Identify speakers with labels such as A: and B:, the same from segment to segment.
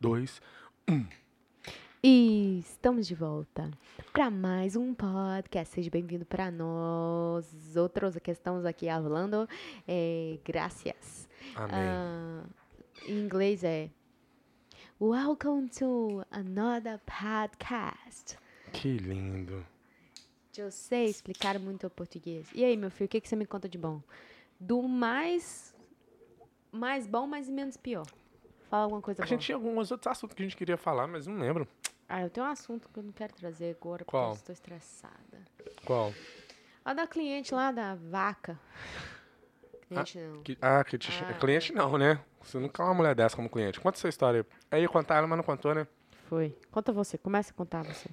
A: dois.
B: E estamos de volta para mais um podcast. Seja bem-vindo para nós outros que estamos aqui falando. É, gracias.
A: Amém.
B: Ah, em inglês é Welcome to another podcast.
A: Que lindo.
B: Eu sei explicar muito o português. E aí, meu filho, o que, que você me conta de bom? Do mais mais bom, mas menos pior. Fala alguma coisa
A: A
B: boa.
A: gente tinha alguns outros assuntos que a gente queria falar, mas não lembro.
B: Ah, eu tenho um assunto que eu não quero trazer agora porque
A: Qual?
B: eu estou estressada.
A: Qual?
B: A da cliente lá da vaca. Cliente não.
A: Que- ah, que te,
B: Ah.
A: cliente não, né? Você não quer uma mulher dessa como cliente. Conta essa história. Aí contaram, mas não contou, né?
B: Foi. Conta você, começa a contar você.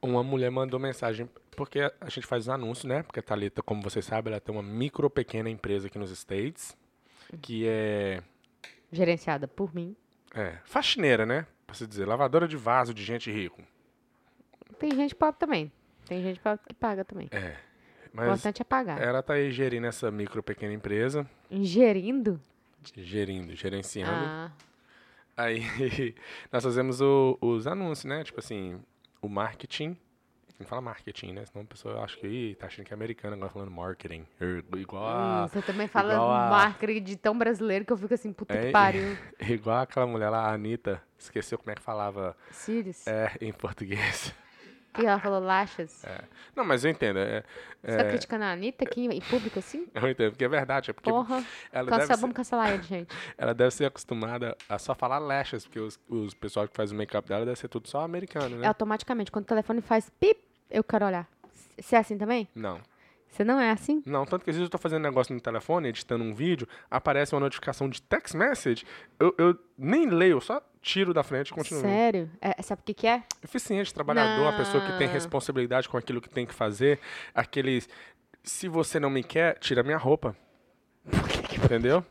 A: Uma mulher mandou mensagem, porque a gente faz os anúncios, né? Porque a Thalita, como vocês sabem, ela tem uma micro pequena empresa aqui nos States, que é,
B: Gerenciada por mim.
A: é faxineira, né? Pra se dizer, lavadora de vaso de gente rico.
B: Tem gente pobre também. Tem gente pobre que paga também. O
A: É, Mas
B: importante é pagar.
A: ela tá aí gerindo essa micro pequena empresa,
B: Ingerindo?
A: gerindo, gerenciando.
B: Ah,
A: Aí nós fazemos o- os anúncios, né? Tipo assim, o marketing. Não fala marketing, né? Senão a pessoa acha que "Ih, tá achando que é americano agora falando marketing. Er, Igual
B: hum,
A: a,
B: você também fala
A: igual a-
B: marketing de tão brasileiro que eu fico assim, puta
A: É,
B: que pariu.
A: igual aquela mulher lá, a Anitta, esqueceu como é que falava
B: Sirius.
A: é, em português.
B: E ela falou laxas.
A: Não, mas eu entendo. É,
B: Você tá criticando a Anitta aqui em público assim?
A: eu entendo, porque é verdade. É porque
B: Porra. tá
A: ela, deve
B: Cancela,
A: ser,
B: vamos cancelar ele, gente.
A: ela deve ser acostumada a só falar lashes, porque os, os pessoal que faz o make-up dela deve ser tudo só americano, né?
B: É Automaticamente, quando o telefone faz pip, eu quero olhar. Você é assim também?
A: Não.
B: Você não é assim?
A: Não, tanto que às vezes eu tô fazendo negócio no telefone, editando um vídeo, aparece uma notificação de text message, eu, eu nem leio, eu só tiro da frente e continuo.
B: Sério? É, sabe o que, que é?
A: Eficiente, trabalhador, a pessoa que tem
B: Não.
A: responsabilidade com aquilo que tem que fazer, aquele se você não me quer, tira minha roupa. Entendeu?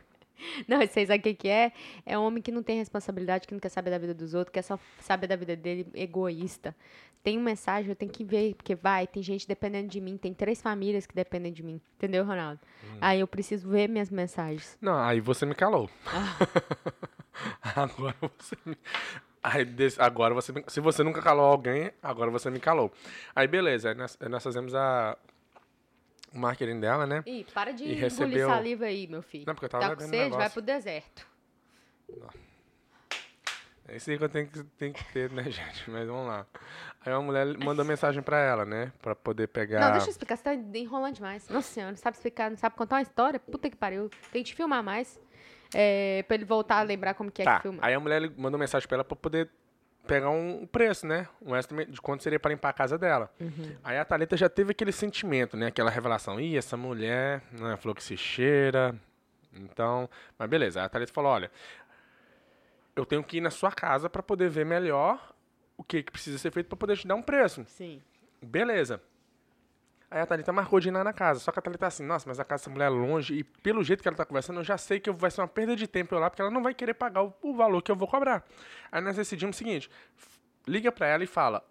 B: Não, vocês sabem o que, que é? É homem que não tem responsabilidade, que não quer saber da vida dos outros, que é só saber da vida dele, egoísta. Tem um mensagem, eu tenho que ver, porque vai, tem gente dependendo de mim, tem três famílias que dependem de mim. Entendeu, Ronaldo?
A: Hum.
B: Aí eu preciso ver minhas mensagens.
A: Não, aí você me calou. agora você me. Aí, des- agora você me- Se você nunca calou alguém, agora você me calou. Aí beleza, aí nós, nós fazemos a. O marketing dela, né?
B: Ih, para de
A: E
B: engolir
A: recebeu-
B: saliva aí, meu filho.
A: Não, porque eu tava
B: tá com
A: bebendo um
B: sede, vai
A: negócio.
B: pro deserto.
A: É isso aí que eu tenho que, tenho que ter, né, gente? Mas vamos lá. Aí uma mulher mandou mensagem pra ela, né? Pra poder pegar.
B: Não, deixa eu explicar, você tá enrolando demais. Nossa senhora, não sabe explicar, não sabe contar uma história? Puta que pariu. Tem que te filmar mais. É, pra ele voltar a lembrar como que é
A: Tá,
B: que filma.
A: aí a mulher mandou mensagem pra ela pra poder pegar um preço, né? Um estimate de quanto seria pra limpar a casa dela.
B: Uhum.
A: Aí a Thalita já teve aquele sentimento, né? Aquela revelação. Ih, essa mulher, né? Falou que se cheira. Então, mas beleza. Aí a Thalita falou, olha, eu tenho que ir na sua casa pra poder ver melhor o que, que precisa ser feito pra poder te dar um preço.
B: Sim.
A: Beleza. Aí a Thalita marcou de ir lá na casa. Só que a Thalita tá assim, nossa, mas a casa dessa mulher é longe. E pelo jeito que ela tá conversando, eu já sei que vai ser uma perda de tempo eu lá, porque ela não vai querer pagar o, o valor que eu vou cobrar. Aí nós decidimos o seguinte: f- liga pra ela e fala.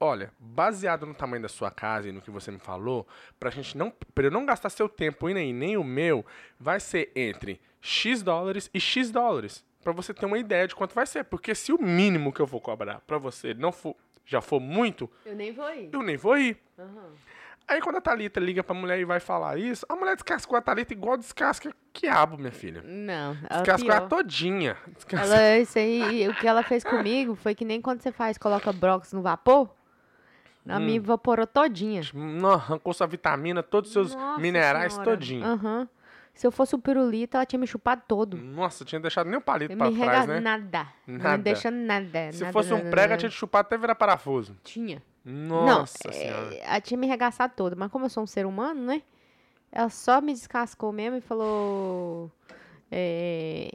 A: Olha, baseado no tamanho da sua casa e no que você me falou, pra gente não. Pra eu não gastar seu tempo e nem, nem o meu, vai ser entre X dólares e X dólares. Pra você ter uma ideia de quanto vai ser. Porque se o mínimo que eu vou cobrar pra você não for. Já for muito,
B: Eu nem vou ir.
A: eu nem vou ir.
B: Aham.
A: Aí quando a Thalita liga pra mulher e vai falar isso, a mulher descascou a Thalita igual descasca quiabo, minha filha.
B: Não, ela
A: Descascou ela
B: pior.
A: todinha. Descascou.
B: Ela, isso aí, o que ela fez comigo foi que nem quando você faz, coloca brox no vapor, ela me evaporou todinha.
A: Não, arrancou sua vitamina, todos Hum. os seus
B: Nossa
A: minerais
B: senhora.
A: todinho.
B: Aham. Se eu fosse o pirulito, ela tinha me chupado todo.
A: Nossa, tinha deixado nem o palito
B: Eu
A: pra
B: me
A: trás,
B: rega
A: né?
B: nada. Não
A: Nada.
B: me deixa nada.
A: Se
B: nada,
A: fosse um
B: nada,
A: prego,
B: nada.
A: tinha te chupado até virar parafuso.
B: Tinha.
A: Nossa
B: não, é,
A: senhora.
B: ela tinha me regaçado toda, mas como eu sou um ser humano, né? Ela só me descascou mesmo e falou. é,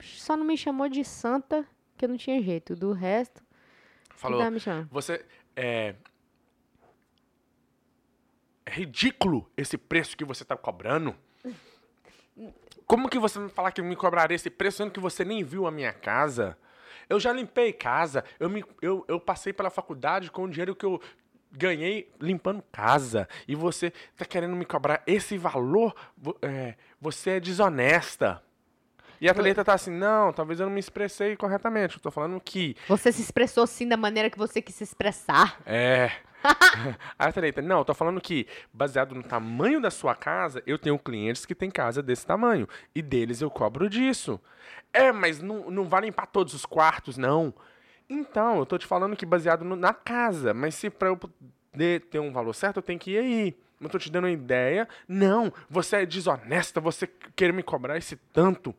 B: só não me chamou de santa, que eu não tinha jeito. Do resto,
A: Falou,
B: não tava me chamando.
A: você é... É ridículo esse preço que você tá cobrando. Como que você vai me falar que me cobraria esse preço sendo que você nem viu a minha casa? Eu já limpei casa, eu, me, eu, eu passei pela faculdade com o dinheiro que eu ganhei limpando casa. E você tá querendo me cobrar esse valor? Vo- é, você é desonesta. E a Thalita tá assim, não, talvez eu não me expressei corretamente. Eu tô falando que.
B: Você se expressou sim da maneira que você quis se expressar.
A: É. Aí a Thalita, não, eu tô falando que, baseado no tamanho da sua casa, eu tenho clientes que têm casa desse tamanho. E deles eu cobro disso. É, mas não, não vai limpar todos os quartos, não. Então, eu tô te falando que baseado no- na casa, mas se pra eu poder ter um valor certo, eu tenho que ir aí. Não tô te dando uma ideia. Não, você é desonesta, você quer me cobrar esse tanto.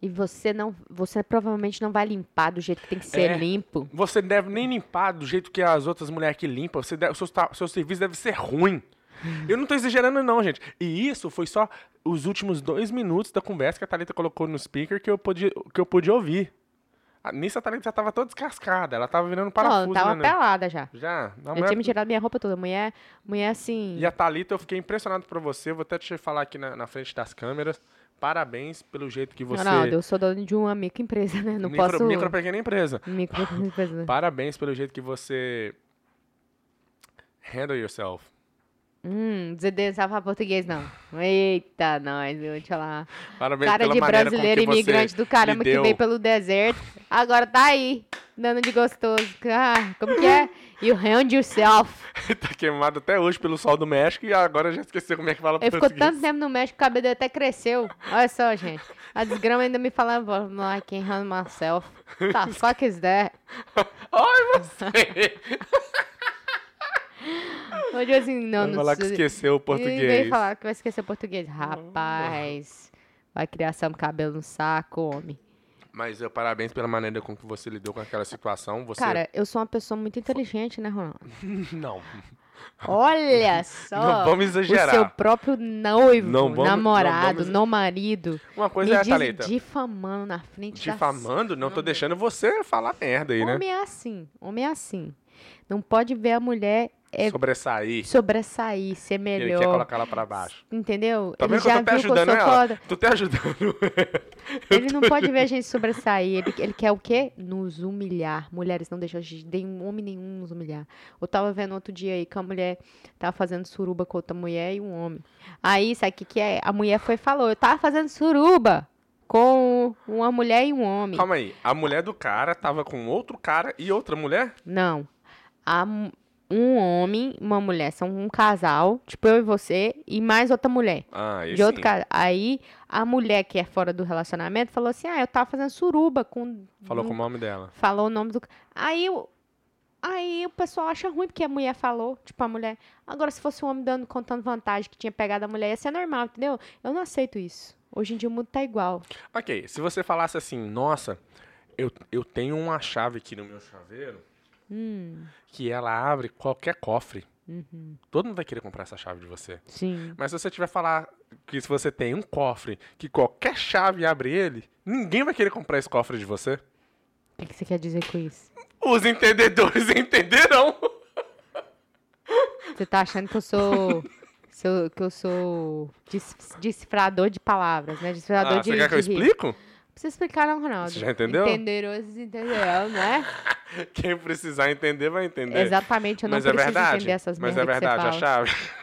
B: E você não. Você provavelmente não vai limpar do jeito que tem que ser
A: É.
B: limpo.
A: Você deve nem limpar do jeito que as outras mulheres que limpam. Você deve, seu, ta- seu serviço deve ser ruim.
B: Hum.
A: Eu não tô exagerando, não, gente. E isso foi só os últimos dois minutos da conversa que a Thalita colocou no speaker que eu pude, que eu pude ouvir. Ah, Nisso a Thalita já tava toda descascada. Ela tava virando parafuso,
B: não, tava
A: né, Nani?
B: pelada já.
A: Já. A
B: Eu
A: mulher-
B: tinha me tirado minha roupa toda. Mulher, mulher assim.
A: E a Thalita, eu fiquei impressionado por você. Vou até te falar aqui na, na frente das câmeras. Parabéns pelo jeito que você...
B: Ronaldo, eu sou dono de uma microempresa, né? Não
A: micro,
B: posso.
A: micro pequena empresa.
B: Microempresa. né?
A: Parabéns pelo jeito que você... Handle yourself.
B: Hum, ZD não sabe falar português, não. Eita, nós, eu vou te falar.
A: Parabéns
B: Cara
A: pela
B: de
A: maneira como
B: brasileiro
A: que você
B: imigrante do caramba
A: me
B: que
A: deu.
B: veio pelo deserto. Agora tá aí, dando de gostoso. Ah, como que é? You hand yourself.
A: tá queimado até hoje pelo sol do México e agora já esqueceu como é que fala
B: Ele ficou
A: português.
B: tanto tempo no México, o cabelo dele até cresceu. Olha só, gente. A desgrama ainda me falava, I can hand myself. Tá, fuck is that?
A: Ai, você!
B: Hoje assim, não,
A: Vai
B: não
A: falar que
B: sei-
A: esqueceu o
B: E
A: português.
B: veio falar que vai esquecer o português. Rapaz, vai criar seu cabelo no saco, homem.
A: Mas eu parabéns pela maneira com que você lidou com aquela situação. Você...
B: Cara, eu sou uma pessoa muito inteligente, né, Ronaldo?
A: não.
B: Olha
A: não
B: só!
A: vamos
B: o seu
A: exagerar.
B: próprio noivo,
A: Não vamos- não
B: namorado,
A: vamos-
B: não marido,
A: Uma coisa
B: me
A: é,
B: diz-
A: Thalita.
B: difamando na frente da...
A: Difamando? Não tô deixando você falar merda aí, né?
B: Homem é assim, homem é assim. Não pode ver a mulher é,
A: Sobressair.
B: sobressair, ser
A: que Ele quer
B: melhor,
A: colocar ela pra baixo.
B: entendeu?
A: Tá
B: Ele
A: vendo que eu
B: já
A: tô te
B: viu que eu
A: ajudando,
B: sou
A: né? ela?
B: foda.
A: Tu tá ajudando.
B: Ele não pode ver a gente sobressair. Ele, ele quer o quê? Nos humilhar. Mulheres não deixam a gente, nenhum homem nenhum nos humilhar. Eu tava vendo outro dia aí que a mulher tava fazendo suruba com outra mulher e um homem. Aí, sabe o que, que é? A mulher foi e falou: Eu tava fazendo suruba com uma mulher e um homem.
A: Calma aí. A mulher do cara tava com outro cara e outra mulher?
B: Não. A mu- um homem, uma mulher, são um casal, tipo eu e você, e mais outra mulher.
A: Ah,
B: De
A: esse
B: outro cara. Aí a mulher que é fora do relacionamento falou assim: Ah, eu tava fazendo suruba com.
A: Falou
B: um
A: com o nome dela.
B: Falou o nome do. ca- Aí, o- aí o pessoal acha ruim porque a mulher falou. Tipo, a mulher. Agora, se fosse um homem dando, contando vantagem que tinha pegado a mulher, ia ser normal, entendeu? Eu não aceito isso. Hoje em dia o mundo tá igual.
A: Ok, se você falasse assim, nossa, eu, eu tenho uma chave aqui no meu chaveiro
B: Hum,
A: que ela abre qualquer cofre.
B: Uhum.
A: Todo mundo vai querer comprar essa chave de você.
B: sim.
A: Mas se você tiver falar que se você tem um cofre que qualquer chave abre ele, ninguém vai querer comprar esse cofre de você.
B: O que, que você quer dizer com isso?
A: Os entendedores entenderão.
B: Você tá achando que eu sou. sou- que eu sou dis- decifrador de palavras, né? Decifrador
A: Ah,
B: de.
A: você quer que eu
B: de-
A: explico?
B: Não precisa explicar, não, Ronaldo.
A: Você já entendeu?
B: Entenderam, vocês entenderam, né?
A: Quem precisar entender, vai entender.
B: Exatamente, eu não
A: Mas é
B: preciso
A: verdade.
B: entender essas
A: Mas
B: merda
A: é verdade,
B: que
A: a
B: você fala.
A: chave.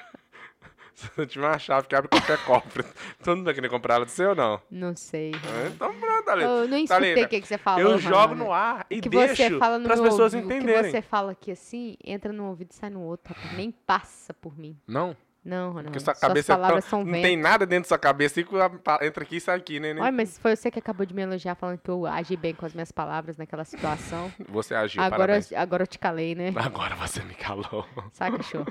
A: se eu tiver uma chave que abre qualquer cofre, todo mundo vai querer comprar ela de você ou não?
B: Não sei.
A: Ah, Então pronto, Thalita.
B: Eu não escutei
A: Thalita,
B: o que, que você falou.
A: Eu jogo
B: Ronaldo.
A: no ar e
B: O que
A: deixo
B: você fala no
A: pras
B: meu
A: pessoas
B: ouvido, O que
A: entenderem.
B: você fala aqui assim, entra num ouvido e sai no outro, rapaz. Nem passa por mim.
A: Não,
B: Não,
A: porque
B: Ronaldo.
A: sua
B: Hum, Suas
A: cabeça é
B: palavras
A: tão-
B: são
A: não tem
B: vento.
A: nada dentro da sua cabeça e que a- pa- entra aqui e sai aqui, né? né?
B: Olha, mas foi você que acabou de me elogiar falando que eu agi bem com as minhas palavras naquela situação.
A: Você agiu,
B: agora,
A: parabéns.
B: agora eu te calei, né?
A: Agora você me calou.
B: Sai, cachorro.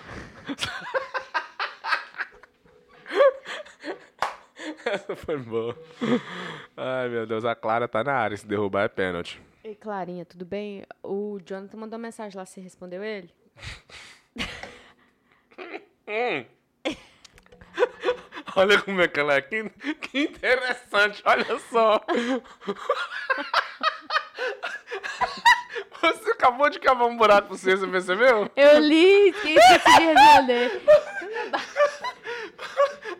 A: Essa foi boa. Ai, meu Deus, a Clara tá na área. Se derrubar é pênalti.
B: Ei, Clarinha, tudo bem? O Jonathan mandou uma mensagem lá, você respondeu ele?
A: Hum. Olha como é que ela é. Que, que interessante, olha só. Você acabou de cavar um buraco pra você, você percebeu?
B: Eu li, esqueci de responder.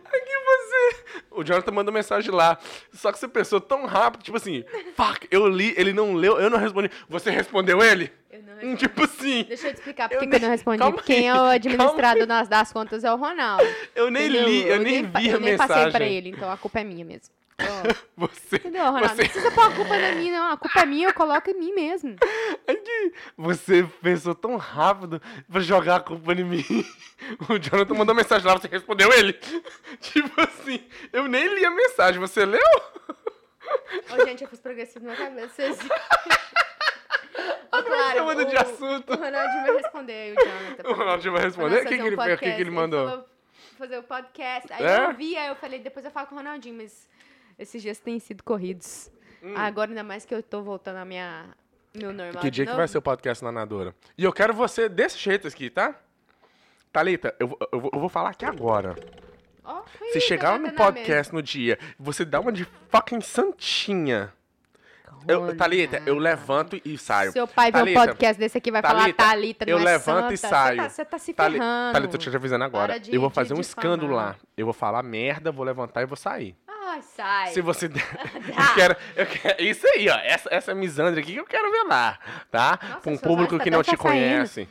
A: Aqui você. O Jonathan mandou mensagem lá. Só que você pensou tão rápido, tipo assim, fuck, eu li, ele não leu, eu não respondi. Você respondeu ele?
B: Eu não
A: Hum, Tipo assim,
B: Deixa eu te explicar
A: Eu
B: por que que
A: nem-
B: eu não respondi.
A: calma aí,
B: Quem é o
A: calma
B: administrador nas- das contas é o Ronaldo.
A: eu nem
B: entendeu?
A: li, eu, nem
B: pa-
A: vi a
B: Eu nem passei pra
A: mensagem.
B: ele, então a culpa é minha mesmo. Ó,
A: Você.
B: entendeu, Ronaldo?
A: Você-
B: Não precisa pôr a culpa na minha, não. A culpa é minha, eu coloco em mim mesmo.
A: Você pensou tão rápido pra jogar a culpa em mim. O Jonathan mandou mensagem lá, você respondeu ele. Tipo assim, eu nem li a mensagem, você leu?
B: Ô, gente, eu fiz progressivo na cabeça. Vocês... Ô,
A: Claro,
B: claro,
A: chamando de
B: o-
A: assunto.
B: O Ronaldinho vai responder, o Jonathan.
A: O Ronaldo vai
B: Falou,
A: responder? O que,
B: fazer
A: que
B: um
A: ele fez? O que, que
B: podcast.
A: ele mandou?
B: falou, fazer o podcast. Aí
A: É?
B: eu vi, aí eu falei, depois eu falo com o Ronaldinho, mas esses dias têm sido corridos. Ah, Agora, ainda mais que eu tô voltando à minha... Meu normal
A: Hum. Que
B: de
A: dia que
B: novo.
A: vai ser o podcast na Nadora? E eu quero você desse jeito aqui, tá? Thalita, eu, vou- eu vou- eu vou falar aqui agora.
B: Ó, foi
A: Se
B: isso,
A: chegar
B: eu
A: no
B: tô na mesa.
A: podcast no dia, você dá uma de fucking santinha. Eu, Thalita, eu levanto e saio.
B: Seu pai vê um
A: Thalita,
B: podcast desse aqui vai falar,
A: Thalita,
B: Thalita, não
A: eu
B: é
A: levanto e
B: santa.
A: saio.
B: Você tá, você tá se
A: Thali-
B: ferrando.
A: Thalita, eu tô te avisando agora.
B: Para de-
A: eu vou
B: de
A: fazer um
B: difamar.
A: escândalo lá. Eu vou falar merda, vou levantar e vou sair.
B: Ai, sai.
A: Se você. der-
B: Tá.
A: eu quero, eu quero- Isso aí, ó. Essa, essa misandra aqui que eu quero ver lá, tá?
B: Nossa,
A: Com um
B: seus
A: público
B: olhos
A: que
B: tá
A: não
B: até
A: te
B: tá saindo.
A: conhece.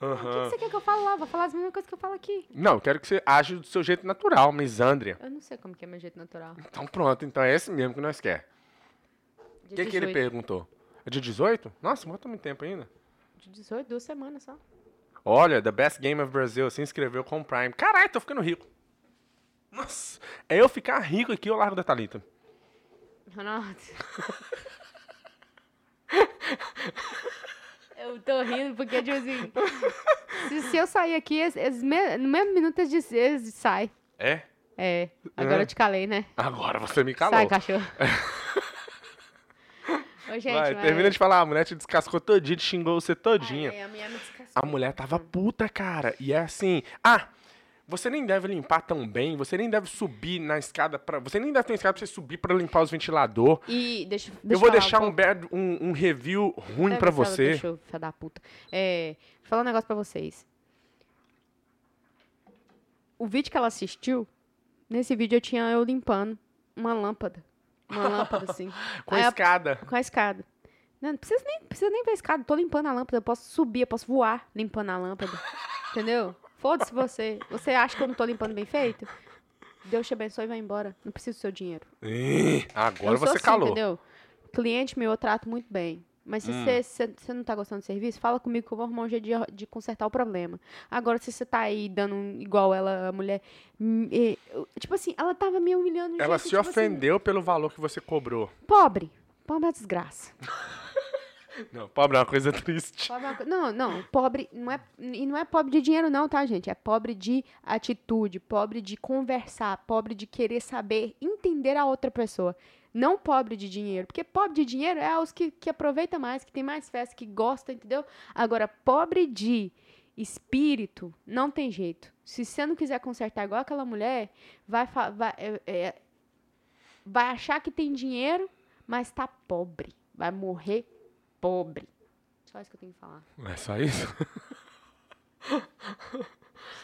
A: Uhum.
B: O que, que você quer que eu fale lá? Vou falar as mesmas coisas que eu falo aqui.
A: Não, eu quero que você age do seu jeito natural, misandria.
B: Eu não sei como que é meu jeito natural.
A: Então pronto, então é esse mesmo que nós quer. O
B: De
A: que, que ele
B: 18.
A: perguntou? É de 18? Nossa, muito muito tempo ainda.
B: De 18, duas semanas só.
A: Olha, The Best Game of Brazil se inscreveu com o Prime. Caralho, tô ficando rico. Nossa, é eu ficar rico aqui, eu largo da Thalita.
B: Ronaldo. eu tô rindo porque, tipo assim, se, se eu sair aqui, eles- eles me- no mesmo minuto eles, dis- eles saem.
A: É?
B: É, agora
A: É.
B: eu te calei, né?
A: Agora você me calou.
B: Sai, cachorro. Ô, gente,
A: Vai,
B: mas-
A: termina de falar. A mulher te descascou todinha, te xingou você todinha.
B: Ah, é, a mulher me descascou.
A: A mulher tava puta, cara. E é assim. Ah! Você nem deve limpar tão bem, você nem deve subir na escada pra. Você nem deve ter uma escada pra você subir pra limpar os ventilador.
B: E deixa, deixa
A: eu vou
B: falar
A: deixar
B: um
A: um, bad, um, um review ruim
B: Pega
A: pra
B: essa outra,
A: você.
B: Deixa eu filha da puta. É, vou falar um negócio pra vocês. O vídeo que ela assistiu, nesse vídeo eu tinha eu limpando uma lâmpada. Uma lâmpada, assim.
A: Com
B: Aí
A: a
B: a-
A: escada.
B: com a escada. Não, não precisa nem, precisa nem ver a escada. eu Tô limpando a lâmpada. Eu posso subir, eu posso voar limpando a lâmpada. Entendeu? Foda-se você. Você acha que eu não tô limpando bem feito? Deus te abençoe e vai embora. Não preciso do seu dinheiro.
A: Ih, agora
B: Eu sou
A: você
B: assim,
A: calou.
B: Entendeu? Cliente meu, eu trato muito bem. Mas se
A: Hum.
B: você se você não tá gostando do serviço, fala comigo que eu vou arrumar um jeito de, de consertar o problema. Agora, se você tá aí dando um- igual ela, a mulher. hum, e- eu- tipo assim, ela tava me humilhando. de um
A: Ela
B: jeito,
A: se
B: tipo assim,
A: ofendeu pelo valor que você cobrou.
B: pobre. Pobre é uma desgraça.
A: Não, pobre é uma coisa triste.
B: Pobre é uma co- Não, não. Pobre não é. E não é pobre de dinheiro, não, tá, gente? É pobre de atitude, pobre de conversar, pobre de querer saber, entender a outra pessoa. Não pobre de dinheiro, porque pobre de dinheiro é os que, que aproveita mais, que tem mais festa, que gosta, entendeu? Agora, pobre de espírito, não tem jeito. Se você não quiser consertar igual aquela mulher, vai, fa- vai, é- é- vai achar que tem dinheiro, mas tá pobre. Vai morrer pobre. Só isso que eu tenho que falar.
A: É só isso?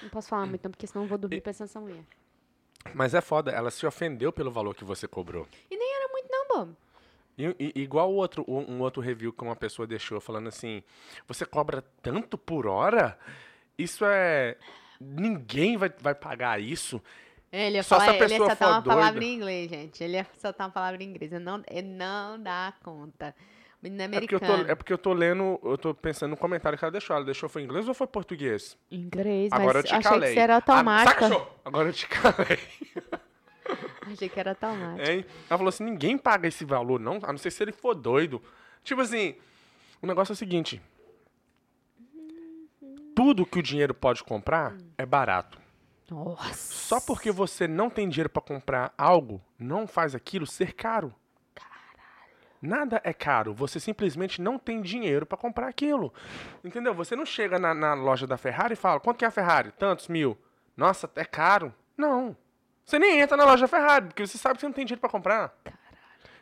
B: Não posso falar muito, não, porque senão eu vou dormir pensando nessa mulher.
A: Mas é foda, ela se ofendeu pelo valor que você cobrou.
B: Não,
A: Então,
B: bobo.
A: E- e- igual o outro, um, um outro review que uma pessoa deixou falando assim: você cobra tanto por hora? Isso é. Ninguém vai, vai pagar isso.
B: Ele ia
A: Só
B: falar,
A: se a
B: ele ia
A: pessoa
B: soltar
A: for
B: uma
A: doida.
B: palavra em inglês, gente. Ele ia soltar uma palavra em inglês. Ele não, ele não dá conta. O menino é
A: É porque, eu
B: americano.
A: tô, é porque eu tô lendo, eu tô pensando no comentário que ela deixou. Ela deixou foi em inglês ou foi em português?
B: Inglês,
A: Agora eu
B: mas
A: te
B: achei
A: calei.
B: que isso era
A: Ah,
B: automático.
A: saca, show! Agora eu te calei.
B: achei que era automático.
A: Hein? Ela falou assim: ninguém paga esse valor, não, a não ser se ele for doido. Tipo assim, o negócio é o seguinte: tudo que o dinheiro pode comprar é barato.
B: Nossa.
A: Só porque você não tem dinheiro pra comprar algo, não faz aquilo ser caro. Nada é caro, você simplesmente não tem dinheiro pra comprar aquilo. Entendeu? Você não chega na, na loja da Ferrari e fala: quanto que é a Ferrari? Tantos mil. Nossa, é caro. Não. Você nem entra na loja da Ferrari, porque você sabe que você não tem dinheiro pra comprar.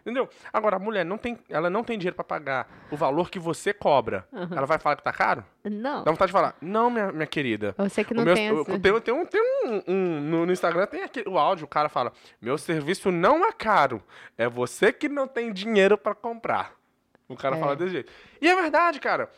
A: Entendeu? Agora, a mulher não tem, ela não tem dinheiro pra pagar o valor que você cobra. Ela vai falar que tá caro?
B: Não.
A: Dá vontade de falar: não, minha, minha querida.
B: Você que
A: O
B: não
A: meu-
B: tem
A: eu-
B: essa.
A: tem, tem um, tem um, um- no, no Instagram tem aquele, o áudio, o cara fala: Meu serviço não é caro, é você que não tem dinheiro pra comprar. O cara
B: É.
A: fala desse jeito. E é verdade, cara.